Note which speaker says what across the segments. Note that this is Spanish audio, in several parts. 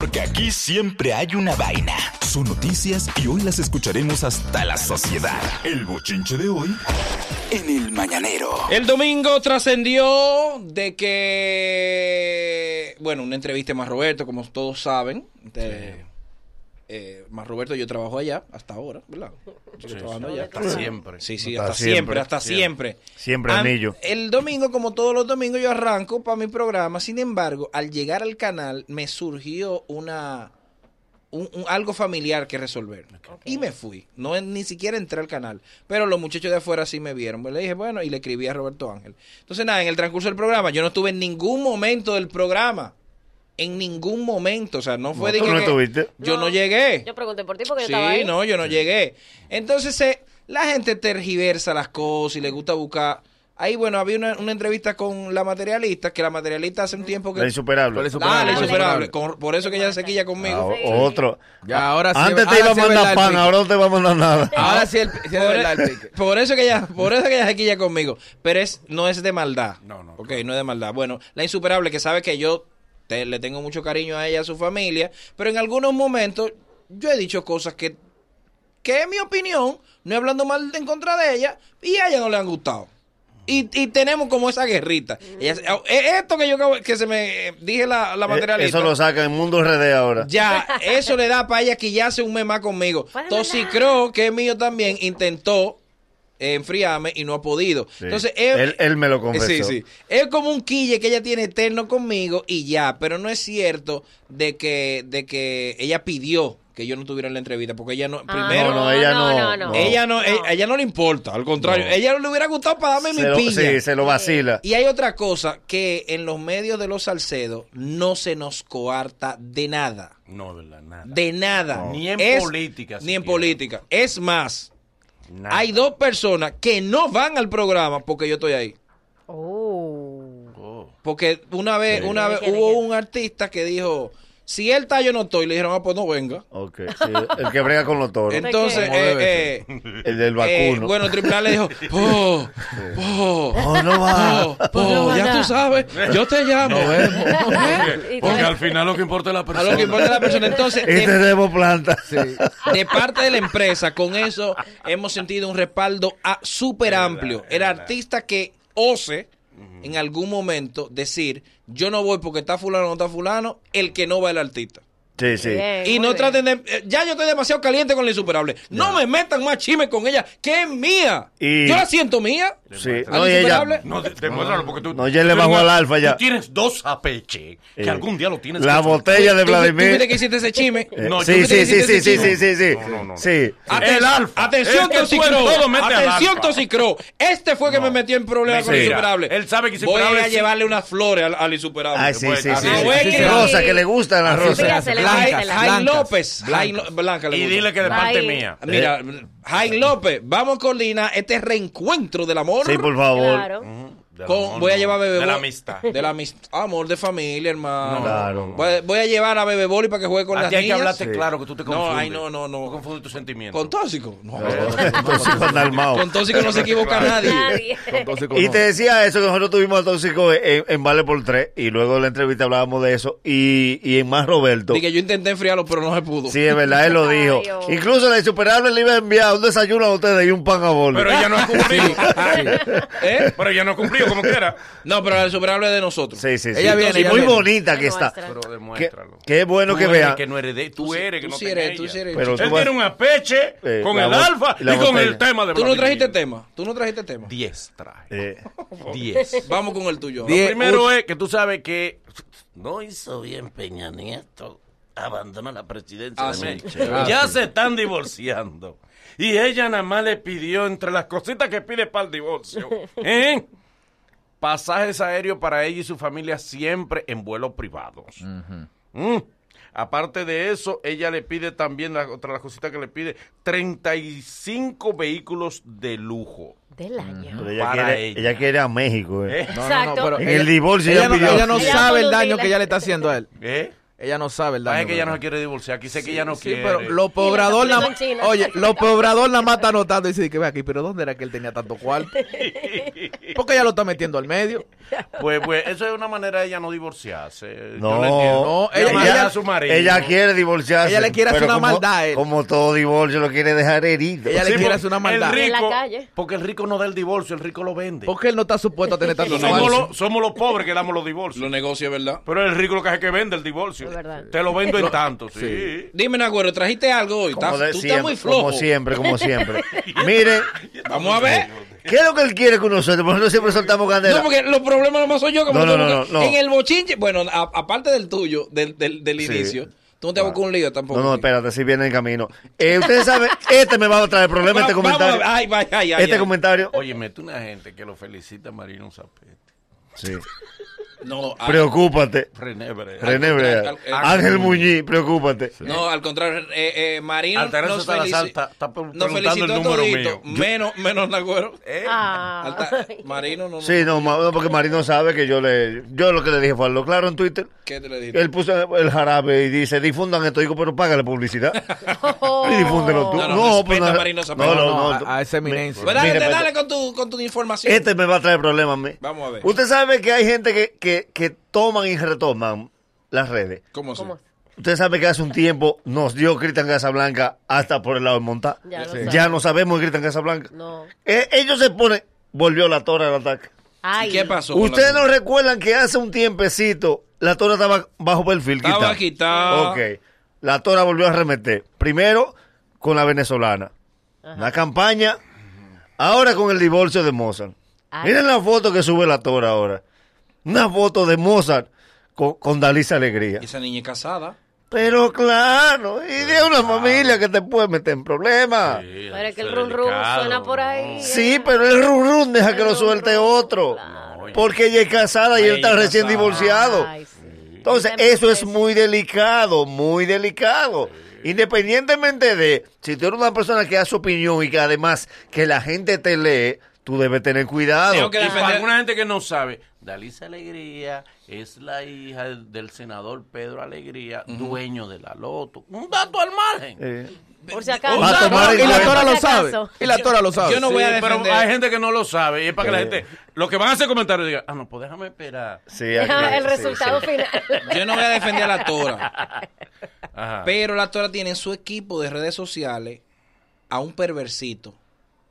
Speaker 1: Porque aquí siempre hay una vaina. Son noticias y hoy las escucharemos hasta la saciedad. El bochinche de hoy en el mañanero.
Speaker 2: El domingo trascendió de que, bueno, una entrevista más Roberto, como todos saben. de- eh, más Roberto, yo trabajo allá hasta ahora, ¿verdad? Yo trabajando allá.
Speaker 3: Hasta siempre.
Speaker 2: Sí, sí,
Speaker 4: Hasta
Speaker 2: hasta, siempre,
Speaker 4: siempre,
Speaker 2: hasta siempre.
Speaker 4: Siempre
Speaker 2: Am-
Speaker 4: anillo.
Speaker 2: El domingo, como todos los domingos, yo arranco para mi programa. Sin embargo, al llegar al canal, me surgió una un- un- algo familiar que resolver. Y me fui. No en- ni siquiera entré al canal. Pero los muchachos de afuera sí me vieron. Pues le dije, bueno, y le escribí a Roberto Ángel. Entonces, nada, en el transcurso del programa, yo no estuve en ningún momento del programa. En ningún momento. O sea, no fue
Speaker 4: No, tú
Speaker 2: que-
Speaker 4: no
Speaker 2: que-
Speaker 4: estuviste.
Speaker 2: Yo no, llegué.
Speaker 3: Yo pregunté por ti porque
Speaker 2: Sí,
Speaker 3: yo estaba ahí.
Speaker 2: no, yo no llegué. Entonces, eh, la gente tergiversa las cosas y le gusta buscar. Ahí, bueno, había una, una entrevista con la materialista, que la materialista hace un tiempo que...
Speaker 4: La insuperable.
Speaker 5: La
Speaker 2: Ah, la
Speaker 5: insuperable.
Speaker 2: insuperable. Con- por eso que ella se quilla
Speaker 4: Ah,
Speaker 2: conmigo.
Speaker 4: o- o otro.
Speaker 5: Ya, ahora sí-
Speaker 4: Antes te
Speaker 5: ahora
Speaker 4: iba a
Speaker 5: sí es verdad
Speaker 4: mandar
Speaker 5: el
Speaker 4: pan,
Speaker 5: pique.
Speaker 4: ahora no te va a mandar nada.
Speaker 5: Ahora sí, el, sí es
Speaker 2: Por, e-
Speaker 5: verdad el pique.
Speaker 2: por eso que ella, por eso que ella se quilla conmigo. Pero es, no es de maldad.
Speaker 5: No, no,
Speaker 2: Ok, no es de maldad. Bueno, la insuperable que sabe que yo te- le tengo mucho cariño a ella, a su familia, pero en algunos momentos yo he dicho cosas que, que en mi opinión, no hablando mal en contra de ella, y a ella no le han gustado. Y, y tenemos como esa guerrita. Ella se- eh, esto que yo acabo- que se me eh, dije la, la
Speaker 4: Eh,
Speaker 2: materialista.
Speaker 4: Eso lo saca en Mundo RD ahora.
Speaker 2: Ya, eso le da para ella que ya hace un mes más conmigo.
Speaker 3: Fue de
Speaker 2: Tosicro, que es mío también, intentó eh, enfriarme y no ha podido.
Speaker 4: Sí.
Speaker 2: Entonces, es-
Speaker 4: él, él me lo
Speaker 2: eh,
Speaker 4: confesó.
Speaker 2: sí, sí. Es como un quille que ella tiene eterno conmigo y ya, pero no es cierto de que, de que ella pidió que yo no tuviera en la entrevista, porque ella no,
Speaker 3: Ah,
Speaker 2: primero,
Speaker 4: No, no, ella no, no.
Speaker 2: ella no, e- Ella, no le importa, al contrario,
Speaker 4: No.
Speaker 2: ella no le hubiera gustado para darme mi
Speaker 4: Se lo,
Speaker 2: piña.
Speaker 4: sí, se lo vacila.
Speaker 2: Y hay otra cosa que en los medios de los Salcedo no se nos coarta de nada.
Speaker 6: No, de verdad, nada.
Speaker 2: De nada.
Speaker 4: No.
Speaker 6: Ni en política
Speaker 2: Ni en
Speaker 6: siquiera.
Speaker 2: política. Es más,
Speaker 6: Nada.
Speaker 2: hay dos personas que no van al programa porque yo estoy ahí.
Speaker 3: Oh.
Speaker 6: Oh.
Speaker 2: Porque una vez, una vez
Speaker 3: Dije,
Speaker 2: hubo
Speaker 3: dije.
Speaker 2: un artista que dijo, si él está, yo no estoy. Le dijeron, ah, pues no venga.
Speaker 4: Ok, sí, el que brega con los toros. El,
Speaker 2: Entonces,
Speaker 5: Como debe
Speaker 2: eh, eh,
Speaker 4: del
Speaker 2: eh,
Speaker 4: vacuno.
Speaker 2: bueno, Triple A le dijo, oh, oh,
Speaker 4: Oh, no va.
Speaker 2: oh, oh, ya tú sabes, yo te llamo. ¿eh?
Speaker 3: Y
Speaker 6: Porque
Speaker 3: te-
Speaker 6: al final lo que importa es la
Speaker 2: A
Speaker 6: persona.
Speaker 2: lo que importa la persona. Entonces,
Speaker 4: y te
Speaker 2: de-
Speaker 4: Este debo planta.
Speaker 2: de parte de la empresa. Con eso hemos sentido un respaldo a- súper amplio. El artista que ose en algún momento decir, yo no voy porque está fulano o no está fulano, el que no va es el artista.
Speaker 4: Sí, sí.
Speaker 3: Bien,
Speaker 2: Y
Speaker 3: muy
Speaker 2: no
Speaker 3: bien.
Speaker 2: traten de... eh, Ya yo estoy demasiado caliente con la insuperable. No me metan más chisme con ella, que es mía.
Speaker 4: Y-
Speaker 2: Yo la siento mía.
Speaker 4: Sí.
Speaker 2: ¿Al
Speaker 4: No, y ella,
Speaker 2: insuperable?
Speaker 6: No, de- demuéstralo porque tú.
Speaker 4: No, ya le
Speaker 6: tú
Speaker 4: bajó
Speaker 6: tienes-
Speaker 4: al alfa ya.
Speaker 6: Tú tienes dos apeche que
Speaker 4: Eh,
Speaker 6: algún día lo tienes.
Speaker 4: la
Speaker 6: que-
Speaker 4: botella de
Speaker 2: ¿Tú- tú fuiste
Speaker 4: Vladimir.
Speaker 2: que hiciste ese chisme?
Speaker 4: Eh,
Speaker 6: No, yo
Speaker 4: sí,
Speaker 6: creo
Speaker 4: sí,
Speaker 2: que
Speaker 4: sí, sí,
Speaker 2: ese
Speaker 4: sí,
Speaker 2: chino.
Speaker 4: sí, sí, sí.
Speaker 6: No, no, no.
Speaker 4: Sí.
Speaker 2: Aten-
Speaker 6: El alfa.
Speaker 2: Atención,
Speaker 6: Es que tú en
Speaker 2: Tosicro.
Speaker 6: todo metes al
Speaker 2: Atención,
Speaker 6: alfa.
Speaker 2: Tosicro. Este fue que me metió en problemas con el
Speaker 4: Mentira.
Speaker 2: insuperable.
Speaker 6: Él sabe que
Speaker 2: Voy
Speaker 6: insuperable
Speaker 2: a ir a
Speaker 6: es-
Speaker 2: llevarle unas flores al, al insuperable.
Speaker 4: Ah, sí,
Speaker 6: Bueno,
Speaker 4: sí,
Speaker 6: así
Speaker 4: sí.
Speaker 2: es,
Speaker 4: sí.
Speaker 2: así es.
Speaker 4: Rosa, que le gustan las
Speaker 5: Así se
Speaker 4: rosas.
Speaker 5: hace.
Speaker 3: Blancas,
Speaker 2: Jai-
Speaker 5: blancas,
Speaker 2: Jai
Speaker 5: blancas.
Speaker 2: López. Jai Lo- Blanca le
Speaker 6: Y
Speaker 2: gusta.
Speaker 6: dile que Eh. de parte
Speaker 3: Ay.
Speaker 6: mía.
Speaker 2: Mira, Jaime López, vamos con Lina, este reencuentro del amor.
Speaker 4: Sí, por favor.
Speaker 3: Claro.
Speaker 6: Del
Speaker 2: Con-
Speaker 6: amor,
Speaker 2: voy a
Speaker 6: no,
Speaker 2: llevar a Bebebol.
Speaker 6: De la amistad.
Speaker 2: De la amistad. Amor de familia, hermano.
Speaker 6: No,
Speaker 4: claro.
Speaker 2: Voy, voy a llevar a Bebebol y para que juegue con
Speaker 6: A
Speaker 2: las
Speaker 6: ti hay que
Speaker 2: niñas.
Speaker 6: hablarte
Speaker 4: Sí.
Speaker 6: claro que tú te
Speaker 2: No,
Speaker 6: confundes.
Speaker 2: ay, no, no, no.
Speaker 6: Tú confundes tus sentimientos.
Speaker 2: ¿Con tóxico? No.
Speaker 4: Entonces, con Dalmao.
Speaker 2: Con tóxico no se equivoca nadie.
Speaker 3: Nadie.
Speaker 4: Y te decía eso, que nosotros tuvimos a Tóxico en, en Vale por Tres, y luego en la entrevista hablábamos de eso, y, y en Más Roberto.
Speaker 2: Dije, yo intenté enfriarlo, pero no se pudo.
Speaker 4: Sí, es verdad, él lo
Speaker 3: Ay,
Speaker 4: dijo.
Speaker 3: oh.
Speaker 4: Incluso la insuperable le iba a enviar un desayuno a ustedes y un pan a bolo.
Speaker 6: Pero ella no ha cumplido.
Speaker 2: ¿Eh?
Speaker 6: Pero ella no ha cumplido como quiera.
Speaker 2: No, pero la insuperable es de nosotros.
Speaker 4: Sí, sí, sí.
Speaker 5: Ella viene,
Speaker 4: Y
Speaker 5: ella
Speaker 4: muy
Speaker 5: viene.
Speaker 4: bonita que está.
Speaker 3: Demuestra.
Speaker 6: Pero
Speaker 4: Qué,
Speaker 6: demuéstralo.
Speaker 4: qué bueno
Speaker 6: Tú
Speaker 4: que
Speaker 6: eres
Speaker 4: vea.
Speaker 6: Que no eres de, tú eres que
Speaker 2: tú
Speaker 6: no
Speaker 2: sí
Speaker 6: tenga
Speaker 2: eres, tú
Speaker 6: ella.
Speaker 2: sí eres.
Speaker 4: Pero
Speaker 6: Él
Speaker 4: tú vas-
Speaker 6: tiene un apeche
Speaker 4: Eh,
Speaker 6: con
Speaker 4: la
Speaker 6: el
Speaker 4: bo-
Speaker 6: alfa
Speaker 4: la
Speaker 6: y con
Speaker 4: botella.
Speaker 6: el tema de
Speaker 2: Tú no
Speaker 6: Vladimir.
Speaker 2: trajiste tema. Tú no trajiste tema.
Speaker 6: 10 traje.
Speaker 4: Eh,
Speaker 6: 10.
Speaker 2: Vamos con el tuyo.
Speaker 5: Diez,
Speaker 6: Primero
Speaker 5: ocho.
Speaker 6: es que tú sabes que
Speaker 7: No hizo bien Peña Nieto. Abandona la presidencia
Speaker 2: Ah,
Speaker 7: de
Speaker 2: sí.
Speaker 7: México.
Speaker 2: Ah,
Speaker 6: ya se están divorciando. Y ella nada más le pidió, entre las cositas que pide para el divorcio, ¿eh? pasajes aéreos para ella y su familia siempre en vuelos privados. Mm. Aparte de eso, ella le pide también, la, otra de las cositas que le pide, 35 vehículos de lujo.
Speaker 3: Del año.
Speaker 4: pero ella
Speaker 6: Para
Speaker 4: quiere,
Speaker 6: ella.
Speaker 4: ella quiere a México. eh.
Speaker 6: ¿Eh?
Speaker 5: No, no, no,
Speaker 3: Exacto.
Speaker 5: pero
Speaker 4: En el divorcio
Speaker 5: ella,
Speaker 4: ella
Speaker 5: no,
Speaker 4: pidió-
Speaker 5: ella no
Speaker 3: Ella
Speaker 5: sabe el
Speaker 3: volutila.
Speaker 5: daño que ella le está haciendo a él.
Speaker 6: ¿Eh?
Speaker 5: Ella no sabe el daño.
Speaker 6: es que ella no se
Speaker 5: ¿verdad?
Speaker 6: quiere divorciar. Aquí sé que ella no
Speaker 5: Sí,
Speaker 6: quiere.
Speaker 5: pero López
Speaker 3: Y lo
Speaker 5: Obrador
Speaker 3: está
Speaker 5: la
Speaker 3: haciendo en China.
Speaker 5: Oye, López Obrador la mata anotando y dice que ve aquí, pero ¿dónde era que él tenía tanto cuarto? Porque ella lo está metiendo al medio.
Speaker 6: Pues, pues, eso es una manera de ella no divorciarse.
Speaker 4: No,
Speaker 6: Yo la entiendo.
Speaker 5: No, ella-
Speaker 6: Llamar
Speaker 5: ella-
Speaker 6: a su marido.
Speaker 4: Ella quiere divorciarse.
Speaker 5: Ella le quiere hacer
Speaker 4: pero
Speaker 5: una
Speaker 4: como-
Speaker 5: maldad a él.
Speaker 4: Como todo divorcio lo quiere dejar herido.
Speaker 5: Ella le quiere
Speaker 6: porque
Speaker 5: hacer una maldad.
Speaker 6: el rico-
Speaker 3: Y en la calle.
Speaker 6: Porque el rico no da el divorcio, el rico lo vende.
Speaker 5: Porque él no está supuesto a tener tanto
Speaker 6: Somos,
Speaker 5: cuarto.
Speaker 6: los, somos los pobres que damos los divorcios.
Speaker 2: Los negocios, ¿verdad?
Speaker 6: Pero el rico lo que hace es que vende el divorcio.
Speaker 3: Es verdad.
Speaker 6: Te lo vendo en tanto, sí.
Speaker 2: Dime, Nagüero, ¿trajiste algo hoy?
Speaker 4: Como
Speaker 2: Estás-
Speaker 4: de
Speaker 2: tú
Speaker 4: siempre,
Speaker 2: estás muy flojo.
Speaker 4: Como siempre, como siempre. Miren,
Speaker 2: Vamos a ver.
Speaker 4: ¿qué es lo que él quiere con nosotros? Porque nosotros siempre soltamos candela.
Speaker 2: No, porque los problemas nomás soy yo. Como
Speaker 4: No, no,
Speaker 2: tengo
Speaker 4: no,
Speaker 2: que-
Speaker 4: no, no.
Speaker 2: En el bochinche, bueno, a- aparte del tuyo, del, del, del inicio, tú no te vas con un lío tampoco.
Speaker 4: No, no, espérate, si viene en camino. Eh, ustedes saben, este me va a traer problema, este
Speaker 2: Va- vamos a
Speaker 4: comentario.
Speaker 2: ver. Ay, vaya, ay, ay,
Speaker 4: este
Speaker 2: ay.
Speaker 4: comentario.
Speaker 6: Oye, mete una gente que lo felicita Marino Zapete.
Speaker 4: Sí.
Speaker 2: No, ah, al-
Speaker 4: Preocúpate.
Speaker 6: René Brea.
Speaker 4: René Brea.
Speaker 2: al- al-
Speaker 4: Ángel Muñiz, preocúpate.
Speaker 2: no, al contrario, eh, eh, Marino
Speaker 6: Altagracia
Speaker 2: nos,
Speaker 6: Salazar
Speaker 2: felici-
Speaker 6: está- está pre-
Speaker 2: nos
Speaker 6: preguntando
Speaker 2: felicitó
Speaker 6: el
Speaker 2: a
Speaker 6: número
Speaker 2: todito,
Speaker 6: mío. Eh.
Speaker 2: menos, menos Nagüero.
Speaker 3: Ah.
Speaker 2: Alta- Marino, no,
Speaker 4: Sí, no, ma- no, porque Marino sabe que yo le. Yo lo que le dije fue lo claro en Twitter.
Speaker 2: ¿Qué te le dijiste?
Speaker 4: Él puso el jarabe y dice: difundan esto. Digo, pero págale publicidad. Y difúndelo tú.
Speaker 2: No, no,
Speaker 4: pues
Speaker 2: respeta a Marino Zapata.
Speaker 4: no, no,
Speaker 5: No,
Speaker 4: no.
Speaker 5: a- a esa eminencia.
Speaker 4: Mi-
Speaker 2: Pues dale,
Speaker 4: mi respeto.
Speaker 2: dale con tu, con tu información.
Speaker 4: Este me va a traer problemas a mí.
Speaker 2: Vamos a ver.
Speaker 4: Usted sabe que hay gente que, que, que toman y retoman las redes.
Speaker 2: ¿Cómo se?
Speaker 3: ¿Cómo?
Speaker 4: Usted sabe que hace un tiempo nos dio Cristian Casablanca hasta por el lado de Montá.
Speaker 3: Ya lo
Speaker 4: Ya
Speaker 3: sabes.
Speaker 4: no sabemos de Cristian Casablanca.
Speaker 3: No.
Speaker 4: Eh, ellos se ponen. Volvió la tora al ataque.
Speaker 3: Ay.
Speaker 2: ¿Qué pasó? con la
Speaker 4: Ustedes
Speaker 2: tuya?
Speaker 4: no recuerdan que hace un tiempecito la tora estaba bajo perfil.
Speaker 2: Estaba quitada.
Speaker 4: Ok. La tora volvió a remeter. Primero con la venezolana. Una campaña. Ahora con el divorcio de Mozart.
Speaker 3: Ay.
Speaker 4: Miren la foto que sube la tora ahora. Una foto de Mozart con, con Dalisa Alegría.
Speaker 2: Esa niña es casada.
Speaker 4: Pero claro, y de una familia que te puede meter en problemas. Sí,
Speaker 6: Sí,
Speaker 3: Pero es que el
Speaker 6: eso
Speaker 3: rum rum
Speaker 6: delicado.
Speaker 3: suena por ahí. eh.
Speaker 4: pero el rurrún deja que
Speaker 3: El
Speaker 4: lo suelte
Speaker 3: run-run,
Speaker 4: otro.
Speaker 3: claro.
Speaker 6: Oye,
Speaker 4: Porque ella es casada y él está
Speaker 6: Ella es
Speaker 4: recién
Speaker 6: casada.
Speaker 4: divorciado.
Speaker 3: Ay, sí.
Speaker 4: Entonces, eso es muy delicado, muy delicado. Independientemente de si tú eres una persona que da su opinión y que además que la gente te lee, tú debes tener cuidado.
Speaker 2: Tengo que
Speaker 6: y para
Speaker 2: defender.
Speaker 6: alguna gente que no sabe, Dalisa Alegría es la hija del senador Pedro Alegría, dueño de la Loto. Un dato al margen.
Speaker 4: Eh,
Speaker 3: Por si acaso.
Speaker 4: Va a tomar en
Speaker 5: Y la
Speaker 4: cuenta.
Speaker 5: Tora
Speaker 3: Por
Speaker 5: lo
Speaker 3: si
Speaker 5: sabe.
Speaker 3: acaso.
Speaker 5: Y la Tora lo sabe.
Speaker 2: Yo no voy a defender. Eh.
Speaker 6: Pero hay gente que no lo sabe. Y es para que la gente. Los que van a hacer comentarios digan, ah, no, pues déjame esperar.
Speaker 4: sí, aquí,
Speaker 3: El
Speaker 4: sí,
Speaker 3: resultado
Speaker 4: sí.
Speaker 3: final.
Speaker 2: Yo no voy a defender a la Tora.
Speaker 6: Ajá.
Speaker 2: Ah. Pero la Tora tiene en su equipo de redes sociales a un perversito.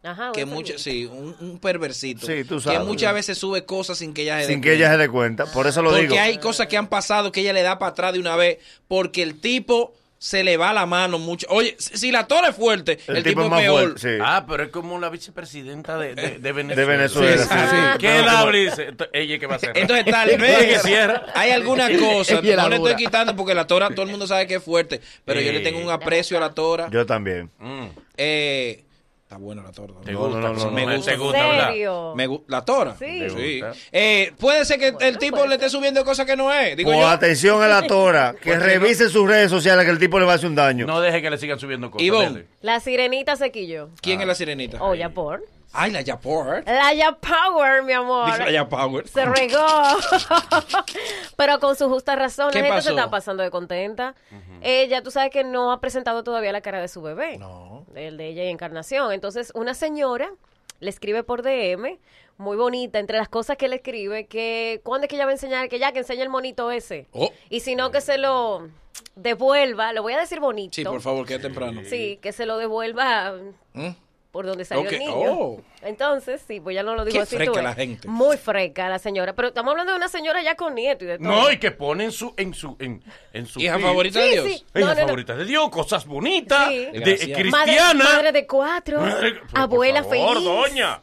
Speaker 3: Ajá,
Speaker 2: Que
Speaker 3: bueno,
Speaker 2: muchas,
Speaker 3: sí.
Speaker 2: sí, un, un perversito.
Speaker 4: Sí, tú
Speaker 2: Que
Speaker 4: sabes.
Speaker 2: muchas veces sube cosas sin que ella se
Speaker 4: Sin
Speaker 2: dé
Speaker 4: que ella
Speaker 2: cuenta.
Speaker 4: se dé cuenta, por eso lo
Speaker 2: Porque
Speaker 4: digo.
Speaker 2: hay cosas que han pasado que ella le da para atrás de una vez. Porque el tipo se le va la mano mucho. Oye, si si la Tora es fuerte, el, tipo, es peor.
Speaker 4: fuerte, sí.
Speaker 6: Ah, pero es como la vicepresidenta de, de- de Venezuela.
Speaker 4: de Venezuela.
Speaker 5: Sí, sí, sí.
Speaker 6: ¿Qué
Speaker 4: No,
Speaker 6: la
Speaker 4: como-
Speaker 6: dice? Ento- Ella que va a hacer.
Speaker 2: Entonces, tal
Speaker 6: Ella que
Speaker 2: vez
Speaker 6: cierra.
Speaker 2: hay alguna cosa, no
Speaker 5: Ella la
Speaker 2: le
Speaker 5: dura.
Speaker 2: estoy quitando porque la tora, todo el mundo sabe que es fuerte, pero yo le
Speaker 6: Eh.
Speaker 2: tengo un aprecio a la tora.
Speaker 4: Yo también.
Speaker 6: Mm,
Speaker 2: Eh, está buena la tora.
Speaker 6: ¿Te
Speaker 4: No,
Speaker 6: gusta?
Speaker 4: no, no, no,
Speaker 6: Me
Speaker 2: no.
Speaker 6: gusta,
Speaker 2: ¿En
Speaker 6: te gusta, ¿verdad?
Speaker 3: serio?
Speaker 2: Me gu- la tora.
Speaker 3: Sí.
Speaker 6: ¿Te gusta?
Speaker 2: Eh, puede ser que el tipo
Speaker 3: puede
Speaker 2: le esté subiendo cosas que no es. Digo
Speaker 4: O
Speaker 2: yo.
Speaker 4: atención a la tora, que revise sus redes sociales que el tipo le va a hacer un daño.
Speaker 6: No deje que le sigan subiendo cosas.
Speaker 2: Ivonne.
Speaker 6: ¿entiendes?
Speaker 3: La sirenita se quilló.
Speaker 2: ¿Quién es la sirenita?
Speaker 3: Oh, ya por.
Speaker 2: Ay, la Yapor.
Speaker 3: La Ya Power, mi amor.
Speaker 2: Dice la Yapower.
Speaker 3: Se regó. Pero con su justa razón.
Speaker 2: ¿Qué
Speaker 3: la gente
Speaker 2: pasó?
Speaker 3: se está pasando de contenta. Ella, tú sabes que no ha presentado todavía la cara de su bebé. No. El de ella y Encarnación. Entonces, una señora le escribe por DM, muy bonita, entre las cosas que le escribe, que cuándo es que ella va a enseñar, que ya que enseña el monito ese.
Speaker 2: Oh.
Speaker 3: Y si no, que se lo devuelva. Lo voy a decir bonito.
Speaker 2: Sí, por favor, que es temprano.
Speaker 3: Sí, que se lo devuelva
Speaker 2: ¿Mm?
Speaker 3: por donde salió
Speaker 2: Ok,
Speaker 3: el niño.
Speaker 2: oh.
Speaker 3: Entonces, sí, pues ya no lo digo
Speaker 2: Qué
Speaker 3: así.
Speaker 2: freca
Speaker 3: tú ves.
Speaker 2: la gente.
Speaker 3: Muy freca la señora. Pero estamos hablando de una señora ya con nieto y de todo.
Speaker 6: No, y que pone en su, en su, en, en su
Speaker 2: Hija
Speaker 6: feed,
Speaker 2: favorita de
Speaker 3: Sí,
Speaker 2: Dios.
Speaker 3: sí.
Speaker 6: Ella
Speaker 3: No, no, no.
Speaker 6: favorita de Dios, cosas bonitas,
Speaker 3: Sí.
Speaker 6: de,
Speaker 2: Gracias.
Speaker 3: Madre,
Speaker 6: cristiana.
Speaker 3: madre de cuatro.
Speaker 6: Madre- pero por
Speaker 3: abuela
Speaker 6: favor,
Speaker 3: feliz.
Speaker 6: doña.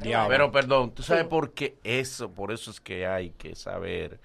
Speaker 2: Diablo.
Speaker 6: Pero perdón, ¿tú sabes por qué eso? Por eso es que hay que saber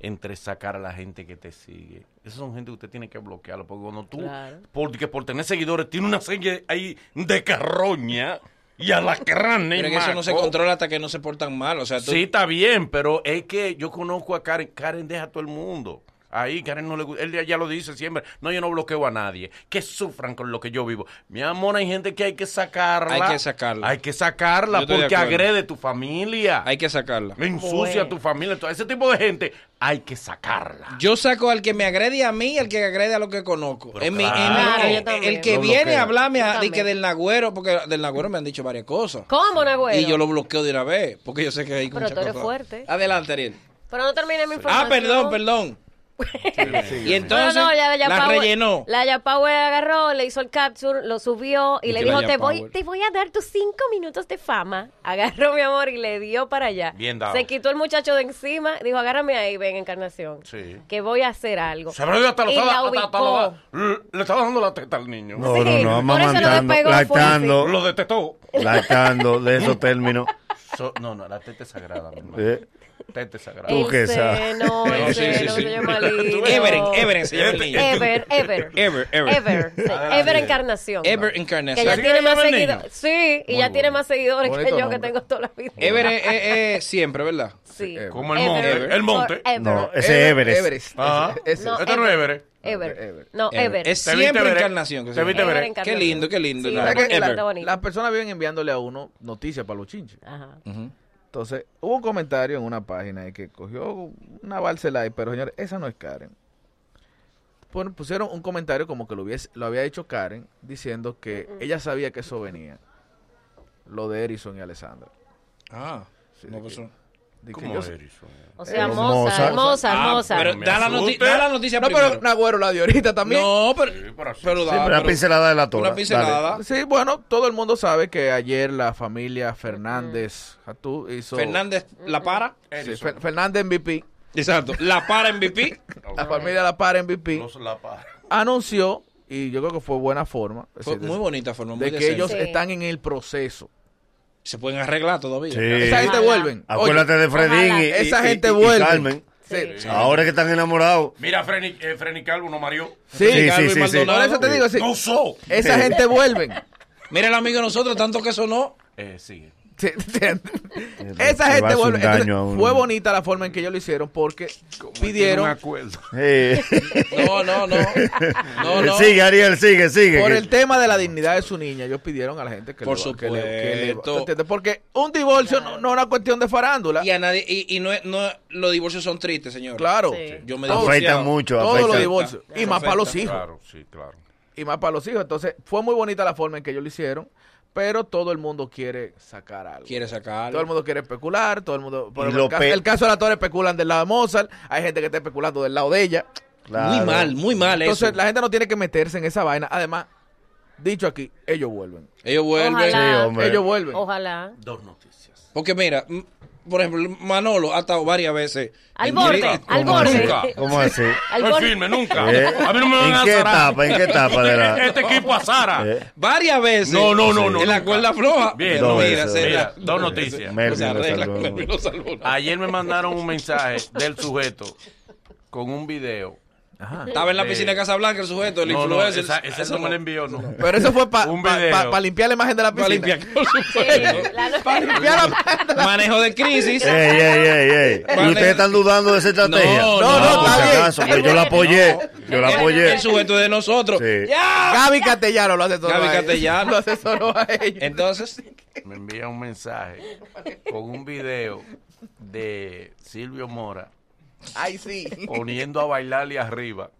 Speaker 6: entre sacar a la gente que te sigue. Esas son gente que usted tiene que bloquearlo, porque cuando tú,
Speaker 3: Claro.
Speaker 6: porque por tener seguidores, tiene una serie ahí de carroña y a la
Speaker 2: Pero que eso no se controla hasta que no se portan mal. O sea, tú-
Speaker 6: Sí, está bien, pero es que yo conozco a Karen. Karen deja a todo el mundo. Ahí Karen no le gusta. Él ya- ya lo dice siempre. No, yo no bloqueo a nadie. Que sufran con lo que yo vivo. Mi amor, hay gente que hay que sacarla.
Speaker 2: Hay que sacarla.
Speaker 6: Hay que
Speaker 2: Yo
Speaker 6: sacarla
Speaker 2: estoy de
Speaker 6: porque
Speaker 2: acuerdo.
Speaker 6: agrede tu familia.
Speaker 2: Hay que sacarla.
Speaker 6: Ensucia a tu familia. Entonces, ese tipo de gente hay que sacarla.
Speaker 2: Yo saco al que me agrede a mí y al que agrede a lo que conozco.
Speaker 6: Pero
Speaker 2: En mi- en mi-
Speaker 6: claro.
Speaker 2: el-
Speaker 3: Yo también.
Speaker 2: el que
Speaker 6: Lo
Speaker 2: viene
Speaker 6: bloqueo.
Speaker 2: a hablarme
Speaker 3: Yo
Speaker 2: a- de
Speaker 3: también.
Speaker 2: que del Nagüero, porque del Nagüero me han dicho varias cosas.
Speaker 3: ¿Cómo, Nagüero?
Speaker 2: Y yo lo bloqueo de una vez, porque yo sé que hay
Speaker 3: Pero
Speaker 2: muchas
Speaker 3: tú eres
Speaker 2: cosas.
Speaker 3: fuerte.
Speaker 2: Adelante, Ariel.
Speaker 3: Pero no terminé mi
Speaker 2: Ah,
Speaker 3: información.
Speaker 2: perdón, perdón. y entonces
Speaker 3: no, no, ya, ya
Speaker 2: la
Speaker 3: Power-
Speaker 2: rellenó.
Speaker 3: La Yapahue agarró, le hizo el capture, lo subió y
Speaker 2: ¿Y
Speaker 3: le
Speaker 2: qué
Speaker 3: dijo,
Speaker 2: la
Speaker 3: te voy,
Speaker 2: Yapahue?
Speaker 3: te voy a dar tus cinco minutos de fama. Agarró, mi amor, y le dio para allá.
Speaker 6: Bien dado.
Speaker 3: Se quitó el muchacho de encima, dijo, agárrame ahí, ven, encarnación.
Speaker 6: Sí.
Speaker 3: Que voy a hacer algo.
Speaker 6: Se abrió hasta lo
Speaker 3: y la
Speaker 6: estaba, hasta- hasta lo-
Speaker 3: ubicó.
Speaker 6: le- le estaba dando la teta al niño.
Speaker 4: No,
Speaker 3: Sí,
Speaker 4: no, no, vamos
Speaker 3: por eso lo
Speaker 4: mandando,
Speaker 3: despegó,
Speaker 4: lactando,
Speaker 6: Lo detestó.
Speaker 4: lactando de esos términos.
Speaker 6: So- no, no, la teta es sagrada, mi hermano.
Speaker 4: Eh,
Speaker 6: Teta es sagrada.
Speaker 4: Tú
Speaker 3: El
Speaker 4: qué sabes.
Speaker 3: seno,
Speaker 6: No,
Speaker 3: el
Speaker 6: sí, sí,
Speaker 3: seno,
Speaker 6: sí.
Speaker 3: se llama lindo.
Speaker 2: Everen, Everen se llama el niño.
Speaker 3: Ever, ever.
Speaker 2: Ever, ever.
Speaker 3: Ever. sí, Ever encarnación.
Speaker 2: Ever encarnación.
Speaker 3: Que ya
Speaker 6: ¿Así que
Speaker 3: tiene
Speaker 6: le
Speaker 3: más
Speaker 6: llaman el niño?
Speaker 3: seguidores. Sí, y ya tiene
Speaker 6: Muy bueno.
Speaker 3: más seguidores que
Speaker 5: Bonito
Speaker 3: yo que
Speaker 5: nombre.
Speaker 3: tengo toda la vida.
Speaker 2: Ever es es- es siempre, ¿verdad?
Speaker 3: Sí.
Speaker 6: Como el monte, el monte.
Speaker 3: forever.
Speaker 4: No, ese Everest.
Speaker 6: Ajá.
Speaker 5: Ese-
Speaker 3: No,
Speaker 6: Este no es Everest.
Speaker 3: Ever.
Speaker 5: Ever.
Speaker 3: No, Ever.
Speaker 2: Es
Speaker 6: Te viste
Speaker 2: siempre
Speaker 6: ver, eh.
Speaker 2: encarnación. que se
Speaker 6: Te viste
Speaker 2: llama.
Speaker 6: ver, eh.
Speaker 3: Ever
Speaker 2: Qué lindo, qué lindo.
Speaker 3: Sí,
Speaker 2: la-
Speaker 5: ¿Sabes que
Speaker 3: Ever.
Speaker 5: la-
Speaker 3: Está bonito.
Speaker 5: Las personas viven enviándole a uno noticias para los chinches.
Speaker 3: Ajá.
Speaker 5: Entonces, hubo un comentario en una página de que cogió una Barcelay, pero señores, esa no es Karen. Pon- pusieron un comentario como que lo, hubiese, lo había hecho Karen, diciendo que ella sabía que eso venía. Lo de Erison y Alessandra.
Speaker 2: Ah, no pasó.
Speaker 5: Di que
Speaker 6: ¿Cómo
Speaker 5: yo-
Speaker 6: Erickson?
Speaker 3: O sea,
Speaker 5: Eh,
Speaker 3: hermosa,
Speaker 4: Mozart.
Speaker 3: hermosa, hermosa.
Speaker 2: Ah, pero
Speaker 6: me
Speaker 2: da la, noti-
Speaker 6: asuste.
Speaker 2: da la noticia
Speaker 5: No,
Speaker 2: primero.
Speaker 5: pero Nagüero la dio ahorita también.
Speaker 2: No, pero,
Speaker 6: pero así-
Speaker 2: pero da-
Speaker 4: Una
Speaker 2: pero-
Speaker 4: pincelada de la tora.
Speaker 2: una pincelada.
Speaker 5: Sí, bueno, todo el mundo sabe que ayer la familia Fernández Jatú hizo...
Speaker 2: Fernández la para.
Speaker 5: Sí, Fer- Fernández MVP.
Speaker 2: Exacto. La para MVP.
Speaker 5: La familia La Par MVP.
Speaker 6: Los lapas.
Speaker 5: anunció, y yo creo que fue buena forma, es
Speaker 2: Fue
Speaker 5: decir,
Speaker 2: muy
Speaker 5: de-
Speaker 2: bonita forma. Muy
Speaker 5: de que
Speaker 2: decente.
Speaker 5: ellos
Speaker 3: Sí.
Speaker 5: están en el proceso.
Speaker 2: se pueden arreglar todavía.
Speaker 4: Sí.
Speaker 5: Esa gente
Speaker 3: Ojalá.
Speaker 5: vuelven. Oye,
Speaker 4: Acuérdate de Fredín
Speaker 3: Ojalá.
Speaker 4: y, y-
Speaker 5: esa
Speaker 4: y-
Speaker 5: gente
Speaker 4: y
Speaker 5: vuelve.
Speaker 4: Carmen.
Speaker 3: Sí.
Speaker 5: Sí.
Speaker 4: Ahora que están enamorados.
Speaker 6: Mira, Freni, eh, Freni Calvo no mareó.
Speaker 5: Sí,
Speaker 4: Sí,
Speaker 5: Carlos
Speaker 4: sí,
Speaker 5: y
Speaker 4: sí, sí.
Speaker 5: Maldonado,
Speaker 2: Por
Speaker 5: eso te digo, sí.
Speaker 6: ¡No so!
Speaker 5: Esa gente vuelven.
Speaker 2: Mira el amigo de nosotros, tanto que sonó.
Speaker 6: Eh, sigue.
Speaker 5: Sí, sí.
Speaker 4: te
Speaker 5: Esa
Speaker 4: vas
Speaker 5: gente
Speaker 4: un
Speaker 5: vuelve.
Speaker 4: daño
Speaker 5: Entonces,
Speaker 4: a uno.
Speaker 5: fue bonita la forma en que ellos lo hicieron porque pidieron
Speaker 6: acuerdo.
Speaker 4: Eh,
Speaker 2: No, no, no. No, no.
Speaker 4: Sigue, Ariel, sigue, sigue.
Speaker 5: por
Speaker 4: que-
Speaker 5: el tema de la dignidad de su niña, ellos pidieron a la gente que
Speaker 2: Por
Speaker 5: le- que le- que le-
Speaker 2: supuesto.
Speaker 5: ¿entiendes? Porque un divorcio no, no es una cuestión de farándula.
Speaker 2: Y a nadie, y, y no, es- no, es- los divorcios son tristes, señor.
Speaker 5: Claro.
Speaker 3: Sí.
Speaker 2: Yo me
Speaker 5: Todo-
Speaker 2: divorcié.
Speaker 4: Afectan mucho.
Speaker 5: Todos los
Speaker 4: afectan.
Speaker 5: divorcios. Y más para los hijos.
Speaker 6: Claro, sí, claro.
Speaker 5: y más para los hijos. Entonces, fue muy bonita la forma en que ellos lo hicieron, pero todo el mundo quiere sacar algo.
Speaker 2: Quiere sacar.
Speaker 5: Todo el mundo quiere especular, todo el mundo... por
Speaker 4: Y
Speaker 5: ejemplo,
Speaker 4: lo
Speaker 5: el, caso,
Speaker 4: pe-
Speaker 5: el caso de la Torre especulan del lado de Mozart, hay gente que está especulando del lado de ella.
Speaker 4: Claro.
Speaker 2: Muy mal, muy mal
Speaker 5: Entonces,
Speaker 2: eso.
Speaker 5: la gente no tiene que meterse en esa vaina. Además, dicho aquí, ellos vuelven.
Speaker 2: Ellos vuelven.
Speaker 3: Ojalá.
Speaker 4: Sí, hombre.
Speaker 5: Ellos vuelven.
Speaker 3: Ojalá.
Speaker 6: Dos noticias.
Speaker 2: Porque mira, m- por ejemplo, Manolo ha estado varias veces.
Speaker 3: Al
Speaker 2: en-
Speaker 3: borde,
Speaker 2: Mire,
Speaker 3: al
Speaker 4: ¿Cómo
Speaker 3: borde.
Speaker 4: así? ¿Cómo así?
Speaker 3: Al
Speaker 6: no es
Speaker 3: borde.
Speaker 6: firme, nunca.
Speaker 4: Eh,
Speaker 6: A mí no me van a
Speaker 4: ¿En qué
Speaker 6: azarar.
Speaker 4: etapa? ¿En qué etapa de la-
Speaker 6: Este equipo azara.
Speaker 4: Eh,
Speaker 2: Varias veces.
Speaker 6: No, no, no, no,
Speaker 2: En la
Speaker 6: nunca.
Speaker 2: cuerda floja.
Speaker 6: Bien,
Speaker 2: Pero
Speaker 4: no,
Speaker 2: mira,
Speaker 4: eso.
Speaker 2: se
Speaker 6: Mira,
Speaker 2: la-
Speaker 6: dos noticias.
Speaker 2: No
Speaker 4: Melvin
Speaker 2: se
Speaker 4: lo
Speaker 2: arregla,
Speaker 4: salvó.
Speaker 2: Melvin lo salvó.
Speaker 6: Ayer me mandaron un mensaje del sujeto con un video.
Speaker 2: Estaba en la
Speaker 6: Eh,
Speaker 2: piscina de Casablanca el sujeto, el
Speaker 6: No, no,
Speaker 2: influencer.
Speaker 6: esa, esa
Speaker 2: Eso
Speaker 6: no me la envió, no.
Speaker 5: Pero eso fue para
Speaker 6: Un video.
Speaker 5: limpiar la imagen de la
Speaker 2: Para
Speaker 5: piscina.
Speaker 2: limpiar, por
Speaker 3: Sí,
Speaker 2: supuesto.
Speaker 3: la no-
Speaker 5: Limpiar la-
Speaker 2: Manejo de crisis.
Speaker 6: Eh,
Speaker 4: Ey, ey, ey, ey. ¿Y
Speaker 2: Vale.
Speaker 4: ustedes están dudando de esa estrategia? Ah,
Speaker 2: No, no,
Speaker 5: no,
Speaker 4: por
Speaker 5: está
Speaker 4: si
Speaker 5: bien.
Speaker 4: acaso, pero yo la apoyé. Yo la apoyé.
Speaker 2: El sujeto de nosotros.
Speaker 4: Sí.
Speaker 5: Gaby Castellano lo asesoró
Speaker 2: Gaby
Speaker 5: a ella.
Speaker 2: Castellano.
Speaker 5: Lo asesoró a ella.
Speaker 2: Entonces,
Speaker 6: me envía un mensaje con un video de Silvio Mora
Speaker 5: Ay, sí.
Speaker 6: poniendo a bailarle arriba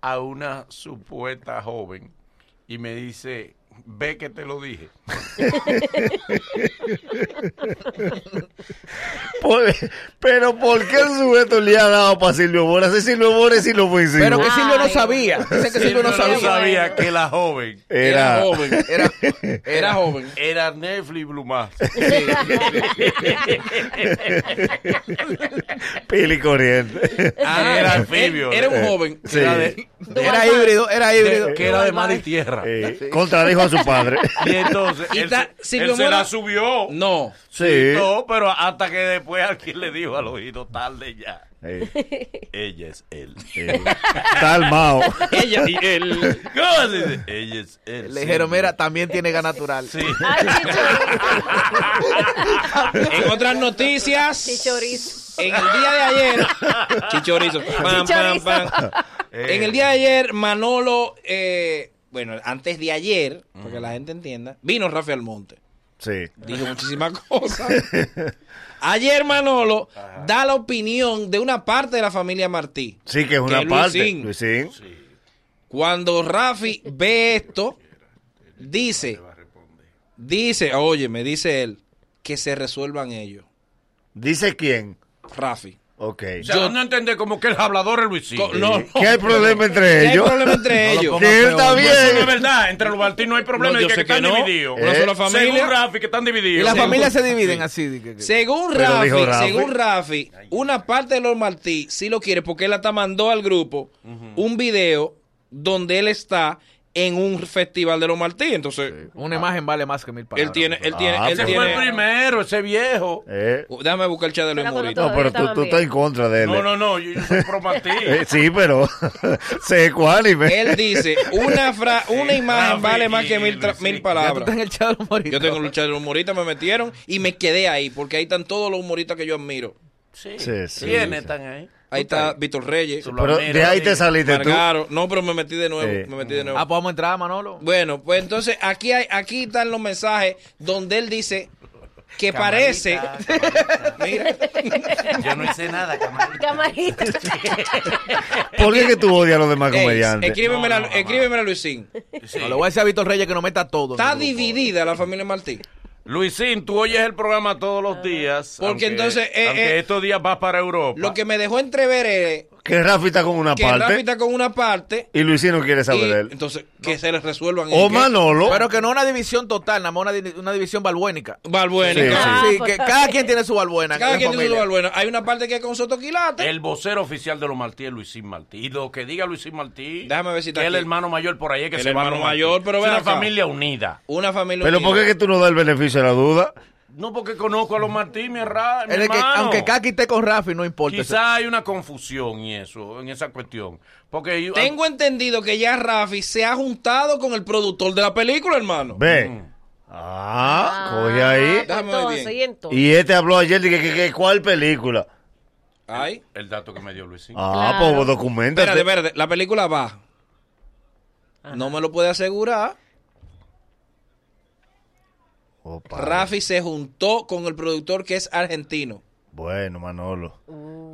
Speaker 6: a una supuesta joven y me dice, ve que te lo dije.
Speaker 4: Por- pero ¿por qué el sujeto le ha dado para Silvio Mora? Si Silvio Mora es inofensivo.
Speaker 5: Pero que
Speaker 3: Ay.
Speaker 5: Silvio no sabía. Dicen que Silvio no
Speaker 6: Silvio no
Speaker 5: sabía.
Speaker 6: sabía que la joven
Speaker 2: era,
Speaker 4: Era...
Speaker 2: joven.
Speaker 5: Era,
Speaker 2: Era joven.
Speaker 6: era Netflix Blumas.
Speaker 4: Pili corriente.
Speaker 2: Ah,
Speaker 6: era anfibio.
Speaker 2: Era un
Speaker 6: Eh,
Speaker 2: joven.
Speaker 4: Sí.
Speaker 6: Era de-
Speaker 5: era híbrido, era híbrido.
Speaker 6: que era de mar y tierra.
Speaker 4: Eh, contradijo a su padre.
Speaker 6: Y entonces
Speaker 2: Y
Speaker 6: él,
Speaker 2: está-
Speaker 6: se-
Speaker 2: Silvio
Speaker 6: él se
Speaker 2: Mora-
Speaker 6: la subió.
Speaker 2: No.
Speaker 4: Sí.
Speaker 6: No, pero hasta que después alguien le dijo al oído tarde ya.
Speaker 4: Eh,
Speaker 6: Ella es él.
Speaker 4: eh, Tal Mao.
Speaker 2: Ella y él.
Speaker 6: ¿Cómo se dice? Ella es él.
Speaker 5: Le dijeron,
Speaker 6: Silvio.
Speaker 5: mira, también tiene gas natural.
Speaker 6: Sí.
Speaker 3: Ay, chichorizo.
Speaker 2: En otras noticias.
Speaker 3: Chichorizo.
Speaker 2: En el día de ayer, chichorizo. Pam, pam, pam. En
Speaker 6: Eh,
Speaker 2: el día de ayer, Manolo, eh, bueno, antes de ayer, para que la gente entienda, vino Rafael Almonte.
Speaker 4: Sí.
Speaker 2: Dijo muchísimas cosas. Ayer Manolo da la opinión de una parte de la familia Martí.
Speaker 4: Sí, que es una
Speaker 2: Que
Speaker 4: parte.
Speaker 2: Luisín.
Speaker 4: Luisín.
Speaker 2: Cuando Rafi ve esto, dice, dice, oye, me dice él, que se resuelvan ellos.
Speaker 4: ¿Dice quién?
Speaker 2: Rafi.
Speaker 4: Ok. Eh,
Speaker 6: O sea, no entendí como que el hablador es Luisín.
Speaker 2: Co- No,
Speaker 4: ¿Qué hay problema entre
Speaker 2: hay
Speaker 4: ellos?
Speaker 2: problema entre
Speaker 5: No lo
Speaker 2: ellos.
Speaker 5: pongas
Speaker 4: Que él está
Speaker 5: peor,
Speaker 6: No, eso no es
Speaker 4: bien.
Speaker 6: verdad. Entre los Martí no hay problema.
Speaker 2: No,
Speaker 6: de
Speaker 2: yo
Speaker 6: que,
Speaker 2: sé
Speaker 6: que están
Speaker 2: que no.
Speaker 6: divididos.
Speaker 2: Una
Speaker 4: Eh,
Speaker 2: sola
Speaker 6: Según
Speaker 2: familia.
Speaker 6: Rafi, que están
Speaker 5: Y
Speaker 6: divididos.
Speaker 5: las
Speaker 6: Según-
Speaker 5: familias se dividen así. de que- que-
Speaker 2: Según
Speaker 4: Pero
Speaker 2: Rafi,
Speaker 4: dijo Rafi.
Speaker 2: según Rafi, una parte de los Martí sí lo quiere porque él hasta mandó al grupo un video donde él está en un festival de los Martí. Entonces,
Speaker 5: Una imagen vale más que mil palabras.
Speaker 2: él tiene, él tiene,
Speaker 4: Ah,
Speaker 2: él
Speaker 6: Ese
Speaker 4: pues.
Speaker 6: fue
Speaker 2: tiene.
Speaker 6: el primero, ese viejo.
Speaker 4: Eh,
Speaker 2: Uh, Déjame buscar el chat de Luis
Speaker 3: Pero con
Speaker 2: Morita.
Speaker 4: No, pero tú, tú estás en contra de él.
Speaker 6: No, no, no. Yo, yo soy pro Martí.
Speaker 4: Eh, sí, pero sé ecuánime.
Speaker 2: Él dice, una, fra- una imagen
Speaker 5: Ah,
Speaker 6: Rafi,
Speaker 2: vale más que mil, tra-
Speaker 6: sí.
Speaker 2: mil
Speaker 5: Ya tú estás
Speaker 2: palabras.
Speaker 5: en el chat de los moritos.
Speaker 2: Yo tengo el chat de los humoristas, me metieron y me quedé ahí, porque ahí están todos los humoristas que yo admiro.
Speaker 7: Sí,
Speaker 4: Sí, sí,
Speaker 7: ¿Quiénes
Speaker 4: sí.
Speaker 7: están ahí?
Speaker 2: Ahí está Víctor Reyes,
Speaker 4: Pero de ahí te saliste tú.
Speaker 2: Margaro. No, pero me metí de nuevo,
Speaker 4: Sí.
Speaker 2: me metí de nuevo.
Speaker 5: Ah, pues vamos a entrar, Manolo.
Speaker 2: Bueno, pues entonces aquí hay, aquí están los mensajes donde él dice que parece. Mira,
Speaker 7: Yo no hice nada, camarita.
Speaker 3: Camarita.
Speaker 4: ¿Por qué que tú odias a los demás
Speaker 2: ey,
Speaker 4: comediantes?
Speaker 2: escríbemela,
Speaker 6: No, no, mamá.
Speaker 2: escríbemela, Luisín.
Speaker 5: No, le voy a decir a Víctor Reyes que no meta todo. en
Speaker 2: Está
Speaker 5: el grupo.
Speaker 2: dividida la familia Martí.
Speaker 6: Luisín, tú oyes el programa todos
Speaker 7: Ah.
Speaker 6: los días.
Speaker 2: Porque
Speaker 6: aunque-
Speaker 2: entonces, eh,
Speaker 6: aunque
Speaker 2: eh,
Speaker 6: estos días vas para Europa.
Speaker 2: Lo que me dejó entrever es
Speaker 4: Que Rafi está con una
Speaker 2: que Rafi
Speaker 4: parte
Speaker 2: está con una parte.
Speaker 4: y Luisín no quiere saber
Speaker 2: y-
Speaker 4: de él.
Speaker 2: entonces, que se les resuelvan.
Speaker 4: O
Speaker 2: ¿Qué?
Speaker 4: Manolo.
Speaker 5: Pero que no una división total, nada más una, di- una división balbuénica.
Speaker 2: Balbuena.
Speaker 4: Sí,
Speaker 2: cada-
Speaker 3: Ah,
Speaker 5: sí,
Speaker 3: pues,
Speaker 5: que cada quien tiene su balbuena.
Speaker 2: Cada
Speaker 5: en
Speaker 2: quien tiene su
Speaker 5: familia.
Speaker 2: balbuena. Hay una parte que es con Soto Quilate.
Speaker 6: El vocero oficial de los Martí es Luisín Martí. Y lo que diga Luisín Martí,
Speaker 2: Déjame ver si está
Speaker 6: que el
Speaker 2: aquí.
Speaker 6: hermano mayor por ahí es que
Speaker 2: El
Speaker 6: se va a
Speaker 2: hermano
Speaker 6: los Martí.
Speaker 2: mayor, pero
Speaker 6: es
Speaker 2: ven
Speaker 6: una
Speaker 2: acá.
Speaker 6: familia unida.
Speaker 2: Una familia.
Speaker 4: Pero
Speaker 2: unida.
Speaker 4: ¿por qué que tú no das el beneficio de la duda?
Speaker 6: No porque conozco a los Martí, mi, herra, mi
Speaker 5: En el que-
Speaker 6: hermano.
Speaker 5: aunque Kaki esté con Rafi, no importa.
Speaker 6: Quizá hay una confusión y eso, en esa cuestión. Porque yo-
Speaker 2: Tengo entendido que ya Rafi se ha juntado con el productor de la película, hermano.
Speaker 4: Ve. Ah, coge ahí.
Speaker 3: Ah,
Speaker 2: Déjame ver
Speaker 3: entonces,
Speaker 2: bien.
Speaker 3: y entonces.
Speaker 4: Y este habló ayer de que, que- que cuál película.
Speaker 2: Ay.
Speaker 6: el dato que me dio Luisín.
Speaker 4: Ah,
Speaker 3: Claro.
Speaker 4: pues
Speaker 2: Espérate,
Speaker 4: documentate.
Speaker 2: espérate. La película va. No me lo puede asegurar.
Speaker 4: Oh, padre.
Speaker 2: Rafi se juntó con el productor que es argentino.
Speaker 4: Bueno, Manolo.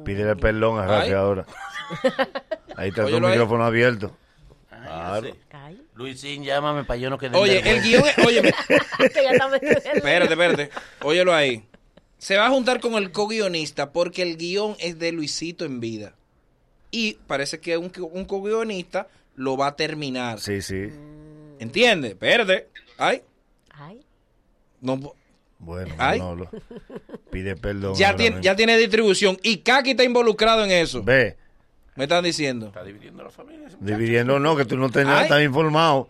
Speaker 4: Pídele perdón a Rafi
Speaker 2: Ay.
Speaker 4: ahora. Ahí está tu
Speaker 2: Óyelo ahí.
Speaker 4: micrófono abierto.
Speaker 7: Ah, ya sé.
Speaker 3: Ay,
Speaker 7: Luisín, llámame para yo no quedar.
Speaker 2: Oye, el guión es. Óyeme.
Speaker 3: que ya está metiendo-
Speaker 2: Espérate, espérate. Óyelo ahí. Se va a juntar con el co-guionista porque el guión es de Luisito en vida. Y parece que un, un co-guionista lo va a terminar.
Speaker 4: Sí, sí.
Speaker 2: ¿Entiendes? Espérate. Ay.
Speaker 3: Ay,
Speaker 2: No, po-
Speaker 4: Bueno,
Speaker 2: Ay.
Speaker 4: Manolo. Pide perdón.
Speaker 2: ya,
Speaker 4: ahora
Speaker 2: tiene,
Speaker 4: mismo.
Speaker 2: ya tiene distribución. Y Kaki está involucrado en eso.
Speaker 4: Ve.
Speaker 2: Me están diciendo.
Speaker 6: Está dividiendo la familia. ese muchacho.
Speaker 4: Dividiendo, no, que tú no tenías,
Speaker 2: Ay.
Speaker 4: estás informado.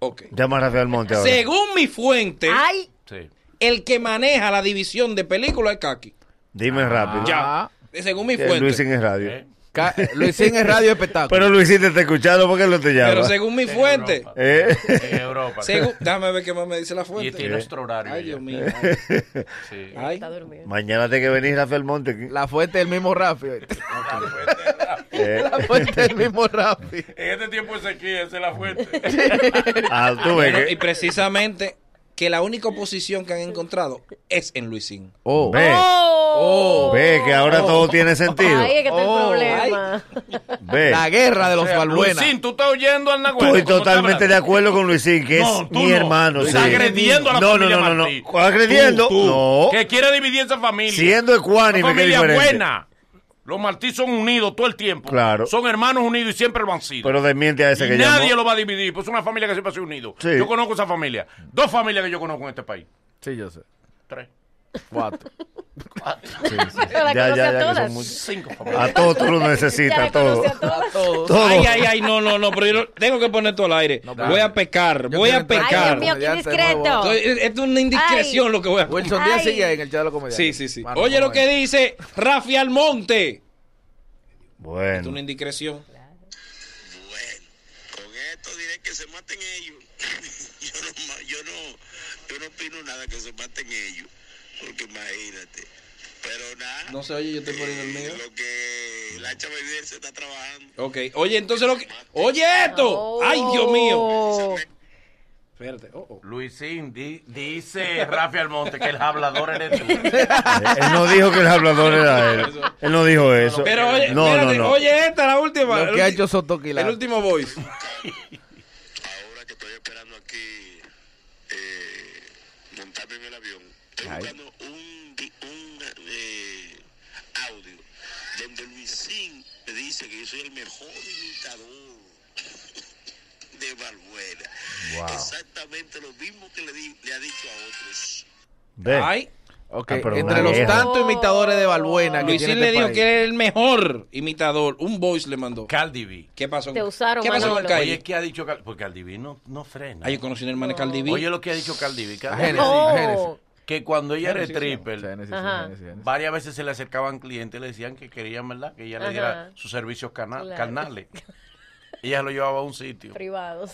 Speaker 2: Ok.
Speaker 4: Llama a Rafi Almonte ahora.
Speaker 2: Según mi fuente,
Speaker 3: ay,
Speaker 6: Sí.
Speaker 2: el que maneja la división de películas es Kaki.
Speaker 4: Dime rápido.
Speaker 5: Ya.
Speaker 2: Según mi
Speaker 4: Que
Speaker 2: Ah, fuente.
Speaker 4: Luisín es radio.
Speaker 6: ¿Eh?
Speaker 5: Ca- Luisín es radio espectáculo.
Speaker 4: Pero Luisín te está escuchando, ¿por qué no te llama?
Speaker 2: Pero según mi fuente.
Speaker 6: Europa.
Speaker 4: ¿Eh?
Speaker 6: En Europa.
Speaker 2: según- déjame ver qué más me dice la
Speaker 6: Y
Speaker 2: fuente.
Speaker 6: tiene nuestro horario.
Speaker 2: Ay,
Speaker 6: ya.
Speaker 2: Dios mío. ay,
Speaker 6: Sí.
Speaker 2: Ay.
Speaker 3: está durmiendo.
Speaker 4: Mañana tiene que venir Rafael Monte. aquí.
Speaker 5: La fuente del mismo Rafi.
Speaker 4: Eh,
Speaker 5: La fuente del mismo Rafi.
Speaker 6: En este tiempo es aquí, esa es la fuente.
Speaker 4: ah, tú ves
Speaker 2: Bueno,
Speaker 4: que-
Speaker 2: y precisamente que la única oposición que han encontrado es en Luisín.
Speaker 5: Oh.
Speaker 4: Ve,
Speaker 3: Oh,
Speaker 4: ve que ahora todo tiene sentido.
Speaker 3: ahí es que está el
Speaker 5: Oh,
Speaker 3: problema.
Speaker 4: Ve.
Speaker 5: La guerra de los
Speaker 6: O sea,
Speaker 5: balbuenas.
Speaker 6: Luisín, tú estás oyendo al Nahuel.
Speaker 4: Estoy
Speaker 6: ¿Cómo estás
Speaker 4: totalmente de
Speaker 6: hablando?
Speaker 4: acuerdo con Luisín, que
Speaker 6: No,
Speaker 4: es
Speaker 6: tú
Speaker 4: mi
Speaker 6: no.
Speaker 4: hermano.
Speaker 6: Tú estás
Speaker 4: sí.
Speaker 6: agrediendo a la
Speaker 4: no,
Speaker 6: familia
Speaker 4: No, no, no,
Speaker 6: Martí.
Speaker 4: no. Agrediendo.
Speaker 6: Tú,
Speaker 4: no.
Speaker 6: Que quiere dividir esa familia.
Speaker 4: Siendo ecuánime,
Speaker 6: Una
Speaker 4: que es
Speaker 6: familia
Speaker 4: diferente.
Speaker 6: buena. Los Martí son unidos todo el tiempo.
Speaker 4: Claro.
Speaker 6: Son hermanos unidos y siempre lo han sido.
Speaker 4: Pero desmiente a ese
Speaker 6: Y
Speaker 4: que llamó.
Speaker 6: nadie lo va a dividir, pues es una familia que siempre ha sido unido.
Speaker 4: Sí.
Speaker 6: Yo conozco esa familia. Dos familias que yo conozco en este país.
Speaker 5: Sí, yo sé.
Speaker 6: Tres.
Speaker 5: Cuatro.
Speaker 3: Pero
Speaker 4: Ya,
Speaker 3: la conoce
Speaker 4: ya, ya,
Speaker 3: a
Speaker 4: que
Speaker 3: todas.
Speaker 4: son muchos.
Speaker 6: Cinco familias.
Speaker 4: A todos tú lo
Speaker 3: Ya
Speaker 4: necesitas,
Speaker 3: la
Speaker 4: a todos.
Speaker 3: conoce a todas.
Speaker 5: Todos.
Speaker 4: Todo.
Speaker 2: Ay, ay, ay, no, no, no, pero yo no- tengo que poner todo al aire.
Speaker 5: pero-
Speaker 2: voy a pecar,
Speaker 5: Yo
Speaker 2: voy
Speaker 5: quiero
Speaker 2: a
Speaker 5: entrar-
Speaker 2: pecar.
Speaker 3: Ay, Dios mío, qué
Speaker 5: Comediante
Speaker 3: discreto.
Speaker 5: nuevo.
Speaker 2: Estoy- es, es una indiscreción
Speaker 3: Ay.
Speaker 2: lo que voy a
Speaker 5: Wilson Díaz
Speaker 3: Ay.
Speaker 5: sigue ahí en el chat de los
Speaker 2: Sí,
Speaker 5: comediantes.
Speaker 2: sí, sí.
Speaker 5: Mano,
Speaker 2: Oye
Speaker 5: ¿cómo
Speaker 2: lo que
Speaker 5: es?
Speaker 2: dice Rafi Almonte. Es una
Speaker 4: Bueno.
Speaker 2: indiscreción.
Speaker 8: Bueno, con esto diré que se maten ellos. yo, no, ma- yo, no, yo no opino nada que se maten ellos. Porque imagínate, Pero nada.
Speaker 2: No se oye, yo estoy poniendo el
Speaker 8: eh,
Speaker 2: mío.
Speaker 8: Lo que la hacha Baby se está trabajando.
Speaker 2: Ok, oye, entonces lo que. ¡Oye esto! ¡Ay, Dios mío! Espérate, oh, oh.
Speaker 6: Luisín, di- dice Rafi Almonte que el hablador eres tú.
Speaker 4: Él no dijo que el hablador era él. Él no dijo eso.
Speaker 2: Pero oye,
Speaker 4: no,
Speaker 2: espérate,
Speaker 4: no, no.
Speaker 2: oye, esta la última.
Speaker 5: Lo
Speaker 2: el
Speaker 5: que ha
Speaker 2: ulti-
Speaker 5: hecho Sotoquila.
Speaker 2: El último voice.
Speaker 8: Ahora que estoy esperando aquí eh, montarme en el avión, estoy
Speaker 5: Ay.
Speaker 8: buscando un, vi- un eh, audio donde Luisín me dice que yo soy el mejor imitador de Balbuena. Exactamente lo mismo que le, di- le ha dicho a otros.
Speaker 5: Eh,
Speaker 4: Ve.
Speaker 2: Ay,
Speaker 5: Ok,
Speaker 4: Ah, pero
Speaker 5: entre
Speaker 4: una
Speaker 5: los
Speaker 4: vieja.
Speaker 5: tantos imitadores de Balbuena que
Speaker 2: Luisín
Speaker 5: tiene
Speaker 2: le
Speaker 5: este
Speaker 2: dijo
Speaker 5: país.
Speaker 2: que era el mejor imitador. Un voice le mandó.
Speaker 6: Cardi B.
Speaker 2: ¿Qué pasó?
Speaker 3: Te usaron,
Speaker 2: ¿Qué pasó con
Speaker 3: Manolo.
Speaker 6: Oye,
Speaker 2: Calle?
Speaker 6: ¿qué ha dicho Cardi Porque Cardi B no, no frena.
Speaker 2: Ay, yo conocí una hermana de Cardi B.
Speaker 6: Oye lo que ha dicho Cardi B. Cardi B
Speaker 5: Ajena.
Speaker 6: dijo
Speaker 3: No.
Speaker 5: Génesis.
Speaker 6: que cuando ella era
Speaker 2: Claro, sí, sí.
Speaker 5: Sí,
Speaker 6: stripper,
Speaker 5: Génesis, sí,
Speaker 3: Ajá.
Speaker 5: Génesis, Génesis.
Speaker 6: varias veces se le acercaban clientes y le decían que querían, ¿verdad? Que ella le diera
Speaker 3: Ajá.
Speaker 6: sus servicios cana-
Speaker 3: Claro.
Speaker 6: carnales. Ella lo llevaba a un sitio.
Speaker 3: Privados.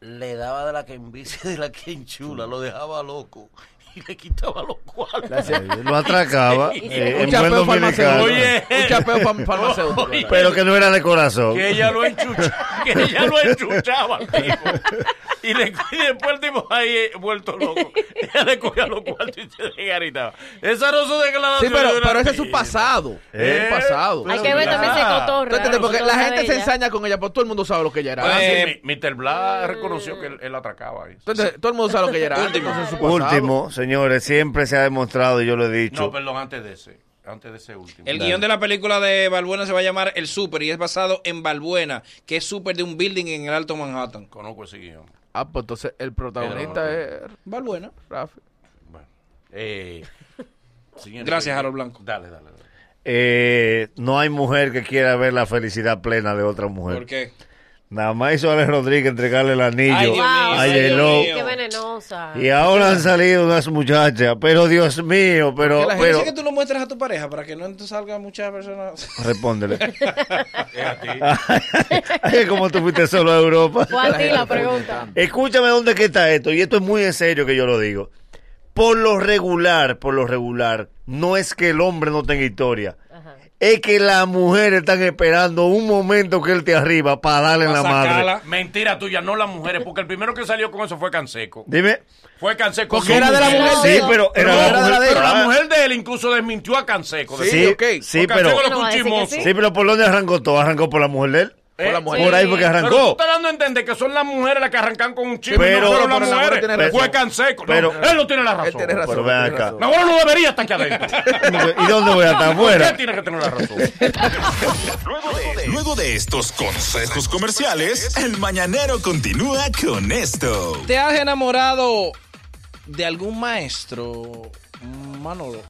Speaker 6: Le daba de la que envicia de la que enchula, lo dejaba loco y le quitaba los cuartos.
Speaker 4: Eh, Lo atracaba eh, en
Speaker 5: Un
Speaker 4: buen
Speaker 5: chapeo
Speaker 4: dominicano.
Speaker 5: farmacéutico.
Speaker 6: Oye.
Speaker 5: Un chapeo fam- farmacéutico.
Speaker 6: Oye.
Speaker 4: Pero que no era de corazón.
Speaker 6: que ella lo enchuchaba, que ella lo enchuchaba al tipo. Y, le, y después el tipo ahí eh, vuelto loco. Ella le cogía los cuartos y se le garitaba. Esa no es su
Speaker 5: Sí,
Speaker 6: declaración.
Speaker 5: pero, pero ese es su pasado.
Speaker 4: Eh,
Speaker 5: Es el pasado.
Speaker 3: Hay que ver también ese
Speaker 6: Ah.
Speaker 3: cotorra.
Speaker 5: ¿Tú entiendes? Porque la
Speaker 3: cotorra de
Speaker 5: gente se
Speaker 3: ella.
Speaker 5: ensaña con ella, pero todo el mundo sabe lo que ella era.
Speaker 2: Oye,
Speaker 5: antes.
Speaker 6: Ah,
Speaker 4: Eh,
Speaker 6: Sí, mi- Mr. Blas reconoció que él, él atracaba. ahí.
Speaker 5: Entonces, todo el mundo sabe lo que ella era. antes,
Speaker 2: Último.
Speaker 5: entonces, su pasado.
Speaker 4: Último, señores, siempre se ha demostrado, y yo lo he
Speaker 6: No,
Speaker 4: dicho.
Speaker 6: perdón, antes de ese. Antes de ese último.
Speaker 2: El guión de la película de Balbuena se va a llamar El Super y es basado en Balbuena, que es súper de un building en el Alto Manhattan.
Speaker 6: Conozco ese guión.
Speaker 5: Ah, pues entonces el protagonista es
Speaker 2: Balbuena.
Speaker 5: Rafi.
Speaker 6: Bueno. Eh, siguiente.
Speaker 2: Gracias, Harold Blanco.
Speaker 6: Dale, dale. dale.
Speaker 4: Eh, no hay mujer que quiera ver la felicidad plena de otra mujer.
Speaker 2: ¿Por qué?
Speaker 4: Nada más hizo Ale Rodríguez entregarle el anillo
Speaker 2: Ay, Dios mío,
Speaker 4: a
Speaker 2: ay,
Speaker 3: Dios
Speaker 4: J-Lo.
Speaker 2: mío.
Speaker 3: Qué venenosa.
Speaker 4: Y ahora han salido unas muchachas, pero Dios mío, pero...
Speaker 5: ¿Por qué la
Speaker 4: pero
Speaker 2: Dice que tú lo muestras a tu pareja para que no te salgan muchas personas.
Speaker 4: Respóndele.
Speaker 6: Es a ti.
Speaker 5: Ah,
Speaker 4: Ay, como tú fuiste solo a Europa.
Speaker 3: Fue a ti la pregunta.
Speaker 4: Escúchame dónde que está esto, y esto es muy en serio que yo lo digo. Por lo regular, por lo regular, no es que el hombre no tenga historia.
Speaker 3: Ajá.
Speaker 4: Es que las mujeres están esperando un momento que él te arriba para darle
Speaker 2: Pa'
Speaker 4: la madre.
Speaker 2: sacarla.
Speaker 6: Mentira tuya, no las mujeres, porque el primero que salió con eso fue Canseco.
Speaker 4: Dime.
Speaker 6: Fue Canseco.
Speaker 5: Porque
Speaker 6: su
Speaker 5: era de la mujer de
Speaker 4: Sí,
Speaker 5: él.
Speaker 4: pero
Speaker 6: Pero,
Speaker 4: era de la
Speaker 6: pero
Speaker 4: mujer.
Speaker 6: la
Speaker 4: Ah,
Speaker 6: mujer de él incluso desmintió a Canseco.
Speaker 5: Sí,
Speaker 4: Sí,
Speaker 5: ok.
Speaker 4: sí, pero
Speaker 6: Porque
Speaker 3: No
Speaker 6: Canseco lo
Speaker 3: va a
Speaker 6: que
Speaker 3: decir
Speaker 6: un
Speaker 3: que
Speaker 6: chismoso.
Speaker 3: sí.
Speaker 4: sí, pero por dónde arrancó todo, arrancó por la mujer de él.
Speaker 5: Fue la
Speaker 6: Eh,
Speaker 5: mujer.
Speaker 4: Por ahí fue que
Speaker 6: Pero tú
Speaker 4: arrancó.
Speaker 6: estás dando a entender que son las mujeres las que arrancan con un chisme,
Speaker 4: Pero-
Speaker 6: no fueron
Speaker 5: pero
Speaker 6: las
Speaker 5: Navarro
Speaker 6: mujeres.
Speaker 5: tiene razón.
Speaker 6: Fue Canseco.
Speaker 4: Pero-
Speaker 6: no, él no tiene la razón.
Speaker 5: Él tiene razón.
Speaker 4: Pero ven
Speaker 5: él tiene
Speaker 4: acá.
Speaker 5: razón.
Speaker 6: Navarro no debería estar aquí adentro.
Speaker 4: ¿Y dónde voy a estar
Speaker 6: Él
Speaker 4: afuera?
Speaker 6: tiene que tener la razón.
Speaker 1: Luego de estos consejos comerciales, el mañanero continúa con esto.
Speaker 2: ¿Te has enamorado de algún maestro, Manolo?